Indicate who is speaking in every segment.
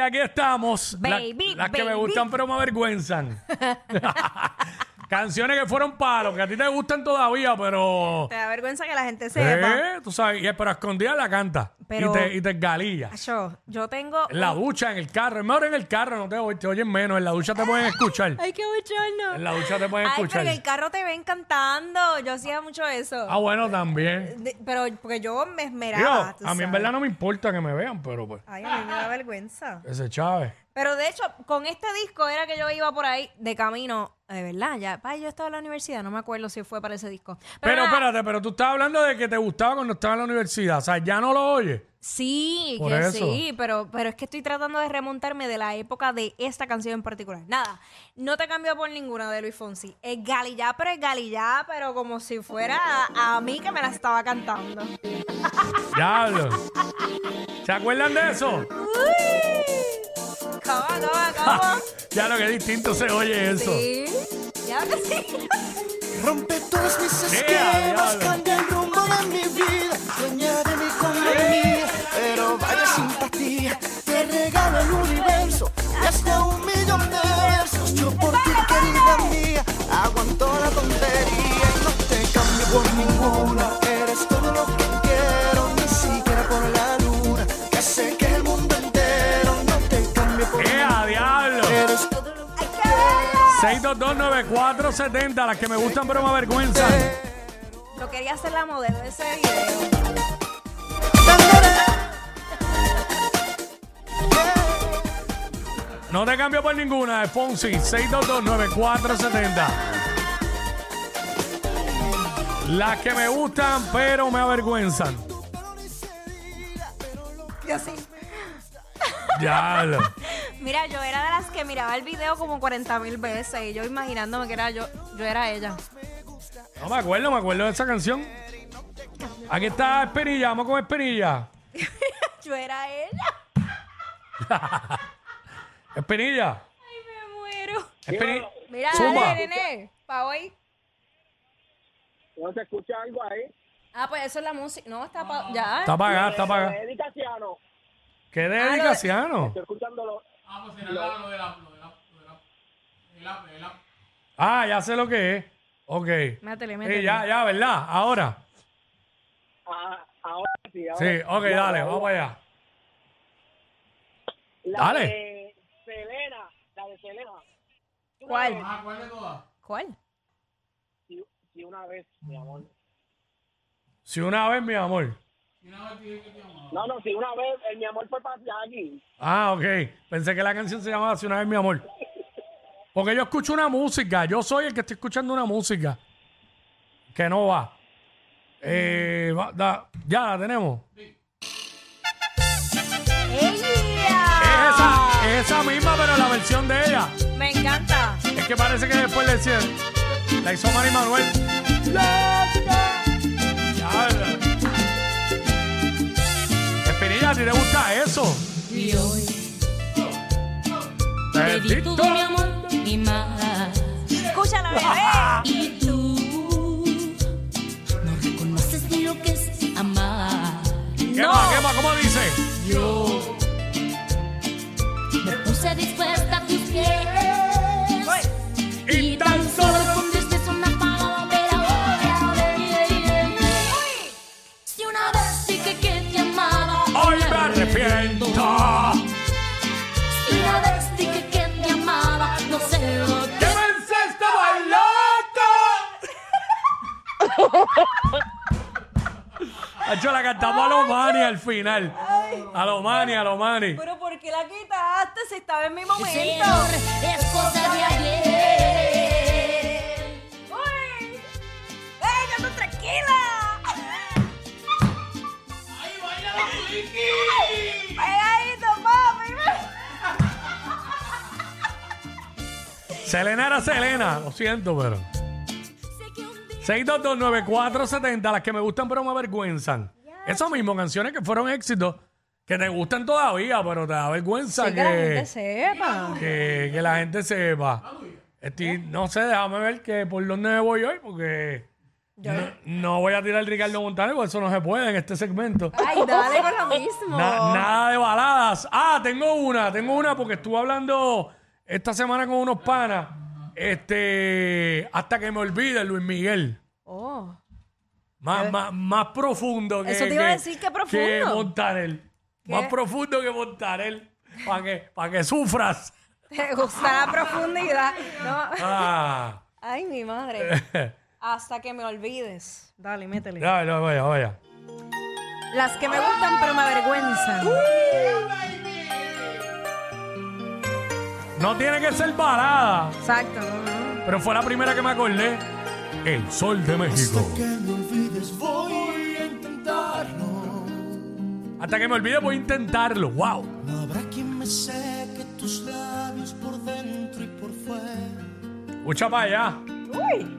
Speaker 1: aquí estamos. La-
Speaker 2: Baby,
Speaker 1: las que me
Speaker 2: baby.
Speaker 1: gustan pero me avergüenzan. Canciones que fueron palos, que a ti te gustan todavía, pero...
Speaker 2: Te da vergüenza que la gente sepa.
Speaker 1: Eh, tú sabes, y- pero a escondidas la canta.
Speaker 2: Pero-
Speaker 1: Y te, y te galilla.
Speaker 2: Acho, yo tengo.
Speaker 1: En la ducha, en el carro. Es mejor en el carro, no te, oy- te oyen menos. En la ducha te pueden escuchar.
Speaker 2: Ay, qué bochorno.
Speaker 1: En la ducha te pueden
Speaker 2: Ay,
Speaker 1: escuchar.
Speaker 2: pero en el carro te ven cantando. Yo hacía mucho eso.
Speaker 1: Ah, bueno, también.
Speaker 2: De- pero porque yo me
Speaker 1: Digo,
Speaker 2: esmeraba. tú
Speaker 1: a mí en
Speaker 2: sabes.
Speaker 1: verdad no me importa que me vean, pero pues,
Speaker 2: Ay, a mí me da vergüenza.
Speaker 1: ese Chávez.
Speaker 2: Pero de hecho, con este disco era que yo iba por ahí de camino. De verdad, ya. Pa, yo estaba en la universidad, no me acuerdo si fue para ese disco.
Speaker 1: Pero
Speaker 2: nada,
Speaker 1: espérate, pero tú estabas hablando de que te gustaba cuando estabas en la universidad. O sea, ya no lo oyes.
Speaker 2: Sí,
Speaker 1: Por
Speaker 2: que
Speaker 1: eso.
Speaker 2: sí, pero, pero es que estoy tratando de remontarme de la época de esta canción en particular. Nada, no te cambio por ninguna de Luis Fonsi. Es galillá, pero es galillá, pero como si fuera a, a mí que me la estaba cantando.
Speaker 1: Diablo. ¿Se acuerdan de eso?
Speaker 2: ¡Uy! ¿Cómo, cómo, cómo?
Speaker 1: Ya lo que distinto se oye eso.
Speaker 2: Sí, ya que sí.
Speaker 3: Rompe todos mis
Speaker 1: diablo.
Speaker 3: esquemas, cambia el rumbo de mi vida, dueña de mi compañía, pero vaya simpatía, te regalo el universo, y hasta un millón de versos, yo por ti querida mía, aguanto la tontería, no te cambio por ninguna, eres todo lo que quiero, ni siquiera por la luna, que sé que el mundo entero, no te cambio por
Speaker 1: ¡Ea, diablo!
Speaker 3: eres todo
Speaker 1: 6229470, las que me gustan pero me avergüenzan.
Speaker 2: Yo quería ser la modelo de ese video.
Speaker 1: No te cambio por ninguna, de Fonsi, 6229470. Las que me gustan pero me avergüenzan.
Speaker 2: Yo sí.
Speaker 1: Diablo.
Speaker 2: Mira, yo era de las que miraba el video como 40 mil veces y yo imaginándome que era yo, yo era ella.
Speaker 1: No me acuerdo, me acuerdo de esa canción. Aquí está Esperilla, vamos con Esperilla.
Speaker 2: Yo era ella.
Speaker 1: Esperilla.
Speaker 2: Ay, me muero.
Speaker 1: Esperi-
Speaker 2: Mira,
Speaker 1: Zumba.
Speaker 2: dale, nene, pa' hoy.
Speaker 4: No se escucha algo ahí.
Speaker 2: Ah, pues eso es la música. No, está pa... Ya.
Speaker 1: Ah. Está apagada, está apagada.
Speaker 4: Eddie Casiano.
Speaker 1: ¿Qué
Speaker 4: Ah,
Speaker 1: dedicación?
Speaker 4: Estoy escuchándolo.
Speaker 1: Ah, ya sé lo que es. Ok.
Speaker 2: Métele, métele.
Speaker 1: Sí, ya, ya, ¿verdad? Ahora.
Speaker 4: Ah, ahora sí. Ahora
Speaker 1: Sí, ok,
Speaker 4: Ya,
Speaker 1: dale,
Speaker 4: ya,
Speaker 1: vamos
Speaker 4: ya.
Speaker 1: para allá.
Speaker 4: La
Speaker 1: Dale.
Speaker 4: de Selena. La de Selena. Tú una
Speaker 2: ¿Cuál?
Speaker 4: vez,
Speaker 2: ¿Cuál?
Speaker 4: Si, si una vez, mi amor.
Speaker 1: Si una vez, mi amor.
Speaker 4: No, no, si una vez. El mi amor fue para aquí.
Speaker 1: Ah, ok. Pensé que la canción se llamaba Si una vez, mi amor. Porque yo escucho una música. Yo soy el que estoy escuchando una música. Que no va. Eh, va- da- ya la tenemos.
Speaker 4: Ah.
Speaker 2: ¡Ella!
Speaker 1: Es esa, es esa misma, pero la versión de ella.
Speaker 2: Me encanta.
Speaker 1: Es que parece que después le hicieron. La hizo Mari Manuel. Ya, ya. Espinilla, ¿a ti te gusta eso?
Speaker 5: Y hoy te di
Speaker 1: Bendito.
Speaker 5: todo mi amor y más.
Speaker 2: Escúchala, bebé.
Speaker 5: Y tú no reconoces ni lo que es amar.
Speaker 1: ¿Qué más? ¿Qué más? ¿Cómo dice?
Speaker 5: Yo me puse dispuesta a tus pies. Y tan solo escondiste una palabra ahora. Si una vez dije que te amaba,
Speaker 1: Hoy me arrepiento.
Speaker 5: Y una vez dije que te amaba, no sé lo que.
Speaker 1: ¡Que vence esta bailota! Hacho, la cantamos a lo mani al final. A lo mani, a lo mani.
Speaker 2: Pero ¿por qué la quitaste si estaba en mi
Speaker 5: Ese
Speaker 2: momento?
Speaker 5: error es cosa de ayer.
Speaker 2: ¡Uy! ¡Ey, no, tranquila! ¡Ay, ¡Pegadito, papi!
Speaker 1: Selena era Selena, lo siento, pero. 6229470, las que me gustan pero me avergüenzan. Eso mismo, canciones que fueron éxitos, que te gustan todavía, pero te da vergüenza que,
Speaker 2: sepa.
Speaker 1: que- que la gente sepa. Estoy- no sé, déjame ver que por dónde me voy hoy, porque No, no voy a tirar Ricardo Montaner porque eso no se puede en este segmento.
Speaker 2: Ay, dale con lo mismo.
Speaker 1: Na- nada de baladas. Ah, tengo una, tengo una porque estuve hablando esta semana con unos panas. Este, hasta que me olvide Luis Miguel.
Speaker 2: Oh.
Speaker 1: Más, más, más profundo que
Speaker 2: Eso te iba a decir, qué profundo.
Speaker 1: que Montaner.
Speaker 2: ¿Qué?
Speaker 1: Más profundo que Montaner. Para que, pa' que sufras.
Speaker 2: Te gusta la profundidad. No.
Speaker 1: Ah.
Speaker 2: Ay, mi madre. Hasta que me olvides. Dale, métele.
Speaker 1: Ya, ya, vaya, vaya.
Speaker 2: Las que me gustan pero me avergüenzan.
Speaker 1: No tiene que ser balada.
Speaker 2: Exacto, no, no.
Speaker 1: Pero fue la primera que me acordé. El Sol de México.
Speaker 3: Que me olvides, voy a intentarlo.
Speaker 1: Hasta que me olvide voy a intentarlo. ¡Wow!
Speaker 3: No habrá quien me seque tus labios por dentro y por fuera.
Speaker 1: Escucha para allá.
Speaker 2: Uy.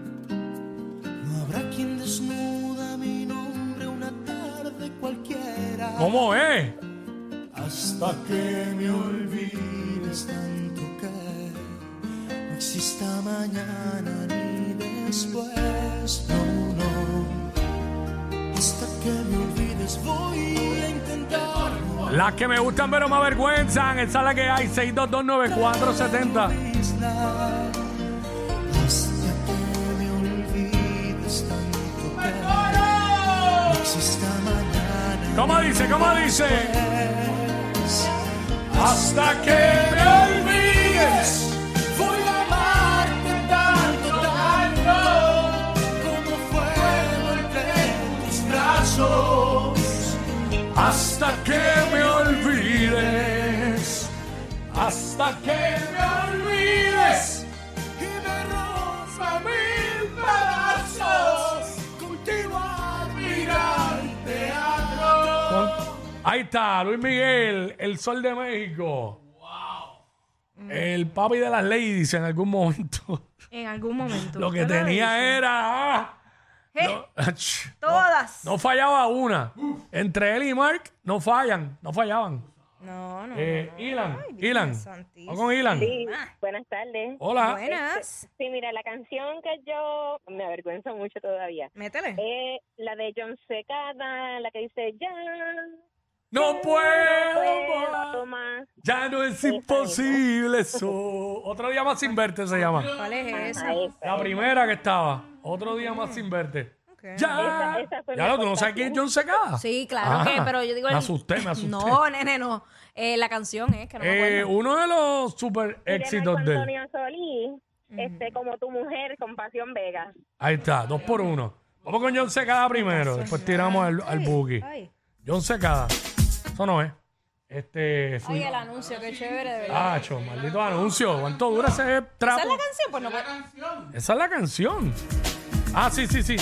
Speaker 3: No habrá quien desnuda mi nombre una tarde cualquiera.
Speaker 1: ¿Cómo es?
Speaker 3: Hasta que me olvides tanto que no exista mañana ni después. No, no. Hasta que me olvides voy a intentarlo.
Speaker 1: Las que me gustan pero me avergüenzan. Esa es la que hay. 6229470.
Speaker 3: Isla. Hasta que me olvides tanto que no exista mañana.
Speaker 1: ¿Cómo dice? ¿Cómo dice? Hasta que me olvides.
Speaker 3: Voy a amarte tanto, tanto como fuego entre tus brazos.
Speaker 1: Hasta que me olvides. Hasta que me olvides.
Speaker 3: Y me rompa mil pedazos. Contigo a mirar el teatro.
Speaker 1: Ahí está, Luis Miguel, el sol de México. El papi de las ladies en algún momento.
Speaker 2: En algún momento.
Speaker 1: Lo que
Speaker 2: Yo la
Speaker 1: tenía
Speaker 2: hice.
Speaker 1: era. ah,
Speaker 2: Eh,
Speaker 1: no, ach,
Speaker 2: Todas.
Speaker 1: no fallaba una. Entre él y Mark no fallan, no fallaban.
Speaker 2: No, no.
Speaker 1: Eh,
Speaker 2: no.
Speaker 1: Ilan,
Speaker 2: Ay, Dios
Speaker 1: Ilan.
Speaker 2: santísimo.
Speaker 1: ¿Vamos con Ilan?
Speaker 6: Sí,
Speaker 4: Ah.
Speaker 6: buenas tardes.
Speaker 1: Hola.
Speaker 2: Buenas.
Speaker 6: Sí, mira, la canción que yo me avergüenzo mucho todavía.
Speaker 2: Métele.
Speaker 6: Es la de John Secada, la que dice ya.
Speaker 1: No puedo
Speaker 6: puedo
Speaker 1: más.
Speaker 6: más".
Speaker 1: Ya no es imposible eso. Otro día más sin verte se llama.
Speaker 2: ¿Cuál es esa?
Speaker 6: Ajá, esa,
Speaker 1: La primera que estaba. Otro día más sin verte.
Speaker 2: Ok.
Speaker 1: Ya.
Speaker 6: Esa- esa fue
Speaker 1: ya
Speaker 6: mi
Speaker 1: lo, tú no sabes quién es John Secada.
Speaker 2: Sí, claro
Speaker 1: Ah,
Speaker 2: que, pero yo digo.
Speaker 1: Me
Speaker 2: el-
Speaker 1: asusté, me asusté.
Speaker 2: No, nene, no. Eh, la canción es que no me
Speaker 1: Eh,
Speaker 2: acuerdo.
Speaker 1: uno de los super
Speaker 6: Y de Marco
Speaker 1: éxitos de él.
Speaker 6: Antonio Solís, este, como tu mujer con Pasión Vega.
Speaker 1: Ahí está, dos por uno. Vamos con John Secada primero, después tiramos al, al Buki.
Speaker 2: Ay,
Speaker 1: John Secada. Eso no es. Este.
Speaker 2: ay,
Speaker 1: Fui.
Speaker 2: el anuncio, qué chévere, de verdad.
Speaker 1: Ah, cho, maldito anuncio. ¿Cuánto dura ese trapo?
Speaker 2: ¿Esa es la canción? Pues no puede-
Speaker 1: Esa es la canción. Ah, sí, sí, sí.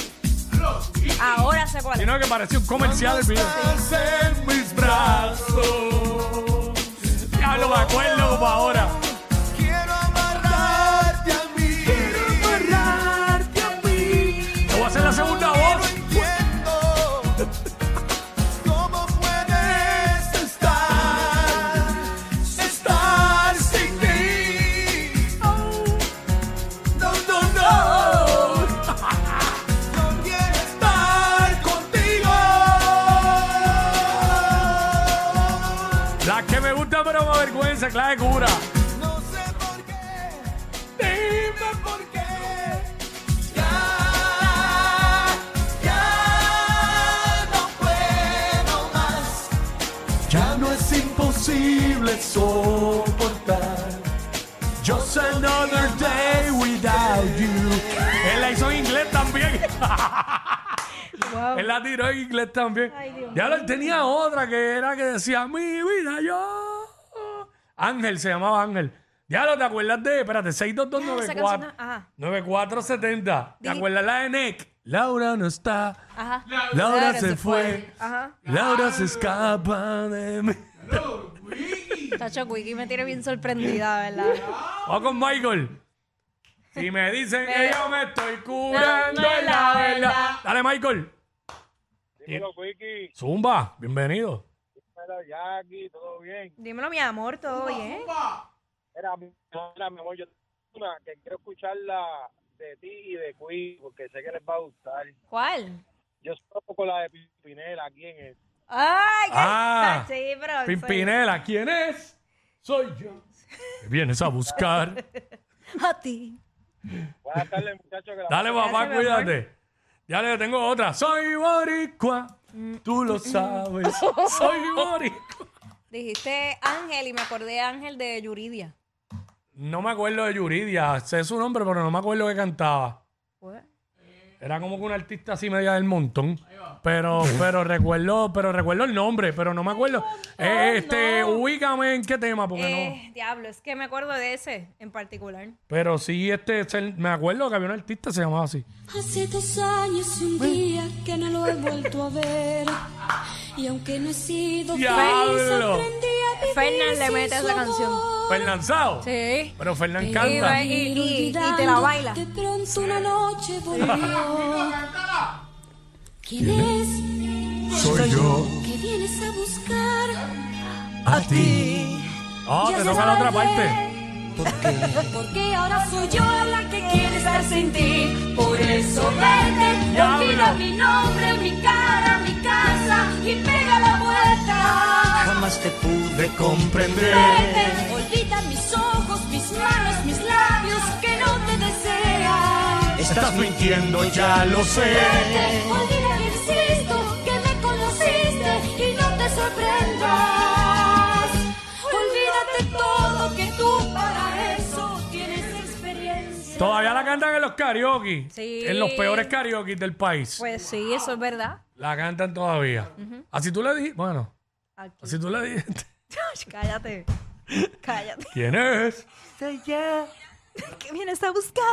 Speaker 2: Ahora sé cuál es.
Speaker 1: Sino que parecía un comercial el video. en mis brazos. Ya no me acuerdo como ahora.
Speaker 3: Quiero amarrarte a mí. Quiero amarrarte a mí.
Speaker 1: Te voy a hacer la segunda voz.
Speaker 3: entiendo cómo puedes estar, estar sin mí. No, no, no. No quiero estar contigo.
Speaker 1: La que me gusta pero me avergüenza, clave cura.
Speaker 3: No sé por qué, dime por qué. Ya, ya no puedo más. Ya no es imposible soportar.
Speaker 1: Just another day without you. Él la hizo en inglés también.
Speaker 2: Wow.
Speaker 1: Él la tiró en inglés también.
Speaker 2: Ay, Dios
Speaker 1: ya lo tenía otra que era que decía, mi vida, yo. Ángel se llamaba Ángel. Ya lo, ¿te acuerdas de? Espérate,
Speaker 2: esa canción, ah,
Speaker 1: 62294.
Speaker 2: ajá.
Speaker 1: 9470. ¿Te
Speaker 2: Digi-
Speaker 1: acuerdas la de Nick? Laura no está.
Speaker 2: Ajá.
Speaker 1: Laura se fue.
Speaker 2: Ajá.
Speaker 1: Laura se escapa de mí.
Speaker 2: Chacho Wiki me tiene bien sorprendida, ¿verdad?
Speaker 1: Vamos con Michael. Si me dicen que yo me estoy curando en la verdad. Dale, Michael.
Speaker 4: Dímelo, Wiki.
Speaker 1: Zumba, bienvenido.
Speaker 4: Dímelo, Jackie. ¿Todo bien?
Speaker 2: Dímelo, mi amor, todo bien.
Speaker 4: Era, mi amor, yo tengo una que quiero escucharla de ti y de Queen, porque sé que les va a gustar.
Speaker 2: ¿Cuál?
Speaker 4: Yo solo con la de Pimpinela, ¿quién es?
Speaker 2: Ay, qué-
Speaker 1: Ah,
Speaker 2: sí, pero
Speaker 1: Pimpinela, ¿quién es? Soy yo. Vienes a buscar.
Speaker 2: soy- a ti.
Speaker 4: Buenas tardes, muchachos. que la-
Speaker 1: Dale, papá,
Speaker 2: Gracias, mi amor.
Speaker 1: cuídate. Ya le tengo otra. Soy boricua,
Speaker 2: Mm.
Speaker 1: tú lo sabes. Soy boricua.
Speaker 2: Dijiste Ángel y me acordé de Ángel de Yuridia.
Speaker 1: No me acuerdo de Yuridia. Sé su nombre, pero no me acuerdo que cantaba.
Speaker 2: Pues,
Speaker 1: Era como que una artista así media del montón. Pero, pero recuerdo, pero recuerdo el nombre, pero no me acuerdo. Eh, este, ubícame en qué tema, porque no.
Speaker 2: eh, diablo, es que me acuerdo de ese en particular.
Speaker 1: Pero sí, este, se- me acuerdo que había un artista que se llamaba así.
Speaker 5: Hace dos años y un día que no lo he vuelto a ver. Y aunque no he sido feliz,
Speaker 1: ¡Diablo!
Speaker 5: aprendí a vivir
Speaker 2: Fernán le
Speaker 5: sin
Speaker 2: mete
Speaker 5: su
Speaker 2: esa canción.
Speaker 5: amor.
Speaker 1: Fernanzao.
Speaker 2: Sí.
Speaker 1: Pero Fernán
Speaker 2: Y,
Speaker 1: canta.
Speaker 2: va- y- y- y te la baila.
Speaker 5: De pronto una noche volvió. ¿Quién es?
Speaker 1: Soy yo.
Speaker 5: que vienes a buscar?
Speaker 1: A ti. Ah,
Speaker 5: Ya
Speaker 1: te
Speaker 5: se
Speaker 1: toca la otra
Speaker 5: sabe.
Speaker 1: parte.
Speaker 5: Porque ahora soy yo la que quiere estar sin ti. Por eso vete,
Speaker 1: Diablo.
Speaker 5: olvida mi nombre, mi cara, mi casa y pega la vuelta.
Speaker 3: Jamás te pude comprender.
Speaker 5: Vete, olvida mis ojos, mis manos, mis labios que no te desean.
Speaker 3: Estás mintiendo, ya lo sé.
Speaker 5: Vete, olvida que existo, que me conociste y no te sorprendas. Olvídate todo que tú para eso tienes experiencia.
Speaker 1: Todavía la cantan en los karaoke.
Speaker 2: Sí.
Speaker 1: En los peores karaoke del país.
Speaker 2: Pues sí, eso es verdad.
Speaker 1: la cantan todavía. Así tú le dijiste. Bueno,
Speaker 2: Aquí.
Speaker 1: así tú le dijiste.
Speaker 2: Cállate. Cállate.
Speaker 1: ¿Quién es?
Speaker 2: Soy yo. Que vienes a buscar.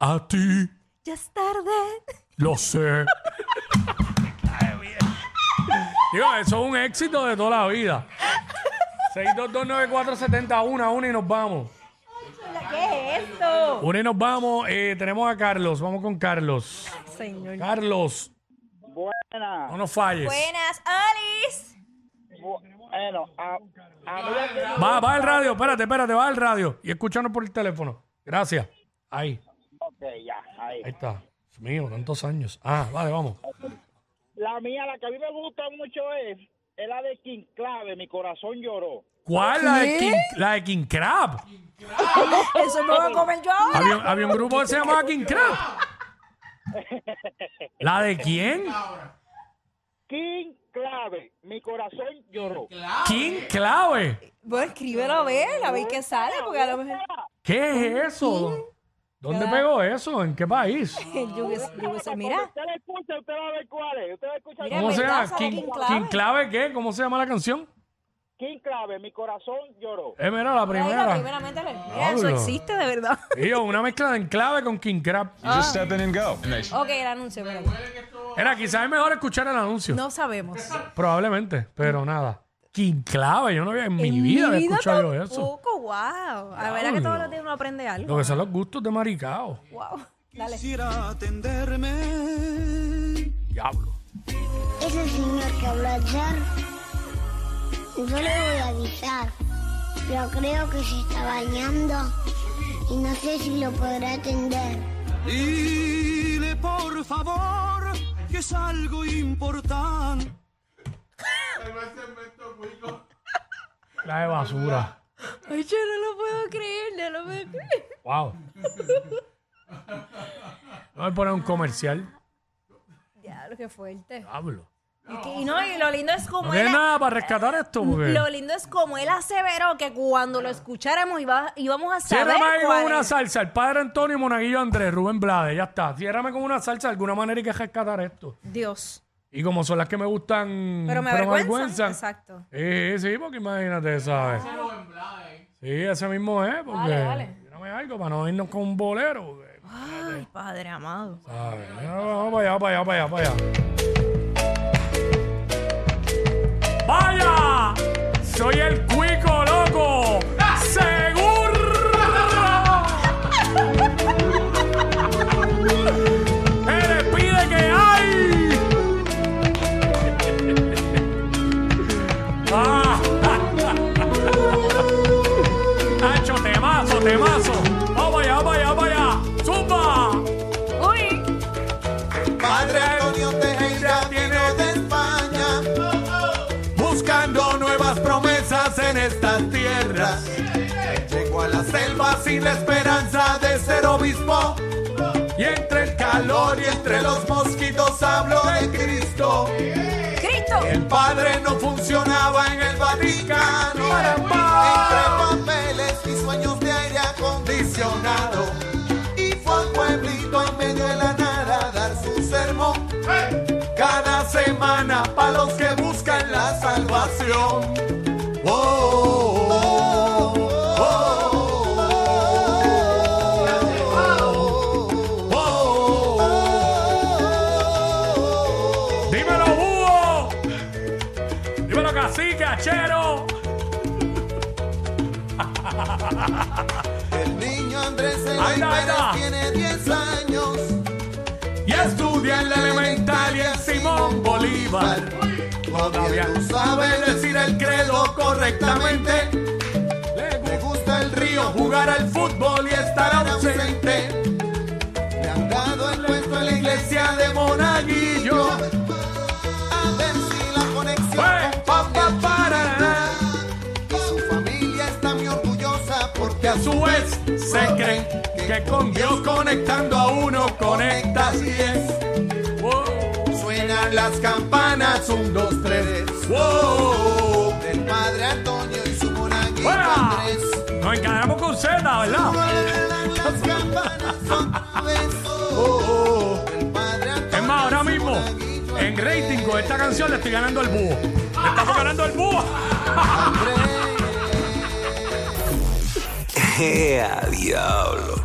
Speaker 1: A ti.
Speaker 2: Ya es tarde.
Speaker 1: Lo sé. Ay, bien. Digo, eso es un éxito de toda la vida. 6229470, una y nos vamos.
Speaker 2: ¿Qué es esto?
Speaker 1: Una y nos vamos. Eh, tenemos a Carlos. Vamos con Carlos.
Speaker 2: Señor.
Speaker 1: Carlos,
Speaker 4: Buena.
Speaker 1: no nos falles.
Speaker 2: Buenas, Alice.
Speaker 4: Bueno, a, a mí la que-
Speaker 1: Va, va al radio, espérate, espérate, va al radio. Y escúchanos por el teléfono. Gracias. Ahí,
Speaker 4: Ok, ya, ahí.
Speaker 1: ahí está. Dios mío, tantos años. Ah, vale, vamos.
Speaker 4: La mía, la que a mí me gusta mucho es, es la de King Clave, Mi Corazón Lloró.
Speaker 1: ¿Cuál? La de, King, la de King Crab.
Speaker 2: Eso me voy a comer yo ahora.
Speaker 1: Había, había un grupo que se llamaba King Crab. ¿La de quién?
Speaker 4: King Clave, Mi Corazón Lloró.
Speaker 1: King eh. Clave.
Speaker 2: Bueno, escríbelo a ver, a ver qué sale, porque a lo mejor.
Speaker 1: ¿Qué es eso? ¿Dónde pegó eso? ¿En qué país?
Speaker 2: Yo qué sé, yo qué sé, mira.
Speaker 4: Usted la escucha, usted va a ver cuál es. Usted va a escuchar
Speaker 2: Mira,
Speaker 1: ¿Cómo se
Speaker 2: ¿verdad?
Speaker 1: llama?
Speaker 2: Sale
Speaker 1: ¿King,
Speaker 2: King Clave.
Speaker 1: King Clave qué? ¿Cómo se llama la canción?
Speaker 4: King Clave, Mi Corazón Lloró.
Speaker 1: Eh, mira, la
Speaker 2: Ahí la
Speaker 1: primera.
Speaker 2: primera, métele. Mira, eso
Speaker 1: Diablo.
Speaker 2: existe de verdad.
Speaker 1: Y yo, una mezcla de Enclave con King Crab.
Speaker 7: Just step in and go. And they
Speaker 2: Ok, el anuncio, pero
Speaker 1: Era, quizás es mejor escuchar el anuncio.
Speaker 2: no sabemos.
Speaker 1: Probablemente, pero nada. Quinclave, yo no había en mi
Speaker 2: En
Speaker 1: vida había escuchado yo eso.
Speaker 2: tampoco, wow. A ver, que todos
Speaker 1: Diablo.
Speaker 2: los días uno aprende algo.
Speaker 1: Lo que son los gustos de maricao.
Speaker 2: Wow. Dale.
Speaker 3: Quisiera atenderme.
Speaker 1: Diablo.
Speaker 8: Ese señor que habló ayer, yo le voy a avisar. Yo creo que se está bañando y no sé si lo podrá atender.
Speaker 3: Dile por favor que es algo importante.
Speaker 1: La de basura.
Speaker 2: Ay, yo no lo puedo creer, no lo puedo creer.
Speaker 1: Wow. Voy a poner un comercial.
Speaker 2: Diablo, qué fuerte.
Speaker 1: Diablo.
Speaker 2: Y, que- y no, y lo lindo es
Speaker 1: No
Speaker 2: como
Speaker 1: tiene
Speaker 2: él.
Speaker 1: nada para rescatar esto
Speaker 2: Lo
Speaker 1: porque.
Speaker 2: lindo es como él aseveró que cuando lo escucháramos iba, íbamos a saber
Speaker 1: Ciérrame ahí con
Speaker 2: cuál
Speaker 1: una
Speaker 2: era.
Speaker 1: salsa. El padre Antonio y Monaguillo Andrés, Rubén Blades, ya está. Ciérrame con una salsa. De alguna manera hay que rescatar esto.
Speaker 2: Dios.
Speaker 1: Y como son las que me gustan,
Speaker 2: Pero me avergüenzan. Exacto.
Speaker 1: Eh, sí, porque imagínate, ¿sabes? Sí, ese mismo es, porque
Speaker 2: Vale, vale.
Speaker 1: tírame algo para no irnos con un bolero. porque,
Speaker 2: Ay, padre amado.
Speaker 1: ¿sabes? Mira, Vamos para allá, para allá, para allá, para allá. ¡Vaya! ¡Soy el cuico loco! ¡Seguro! ¡Él pide que hay! ¡Ah! Nacho, temazo, temazo. Vamos allá, vamos allá, vamos allá. ¡Zumba!
Speaker 3: pasión. Oh, oh, oh, oh, oh, oh, oh, oh.
Speaker 1: Dímelo, búho. Dímelo, cacique, achero.
Speaker 3: El niño Andrés
Speaker 1: Ahí está, ahí está.
Speaker 3: Pérez tiene 10 años.
Speaker 1: Y estudia en la elemental y en Simón Bolívar.
Speaker 3: Todavía
Speaker 1: Todavía.
Speaker 3: no sabe decir el credo correctamente.
Speaker 1: Le
Speaker 3: Le
Speaker 1: gusta
Speaker 3: gusta el
Speaker 1: el río,
Speaker 3: río,
Speaker 1: jugar al fútbol y estar
Speaker 3: estar
Speaker 1: ausente.
Speaker 3: ausente. Le han dado el puesto en la iglesia de Monaguillo. A ver si la conexión
Speaker 1: ¡Eh!
Speaker 3: con papá para Y su familia está muy orgullosa porque
Speaker 1: A su vez se creen que con Dios conectando a uno conecta.
Speaker 3: conectas y es. Suenan las campanas, un, dos, tres.
Speaker 1: ¡Wow!
Speaker 3: Del padre Antonio y su monaguillo
Speaker 1: ¡Fuera!
Speaker 3: Andrés.
Speaker 1: Nos encadenamos con Z, ¿verdad?
Speaker 3: Las campanas otra vez. El padre
Speaker 1: Es
Speaker 3: Antonio
Speaker 1: más, ahora
Speaker 3: su
Speaker 1: mismo,
Speaker 3: monaguillo
Speaker 1: en rating con esta canción le estoy ganando al búho. Le estamos ganando al búho.
Speaker 9: ¡Ea, diablo!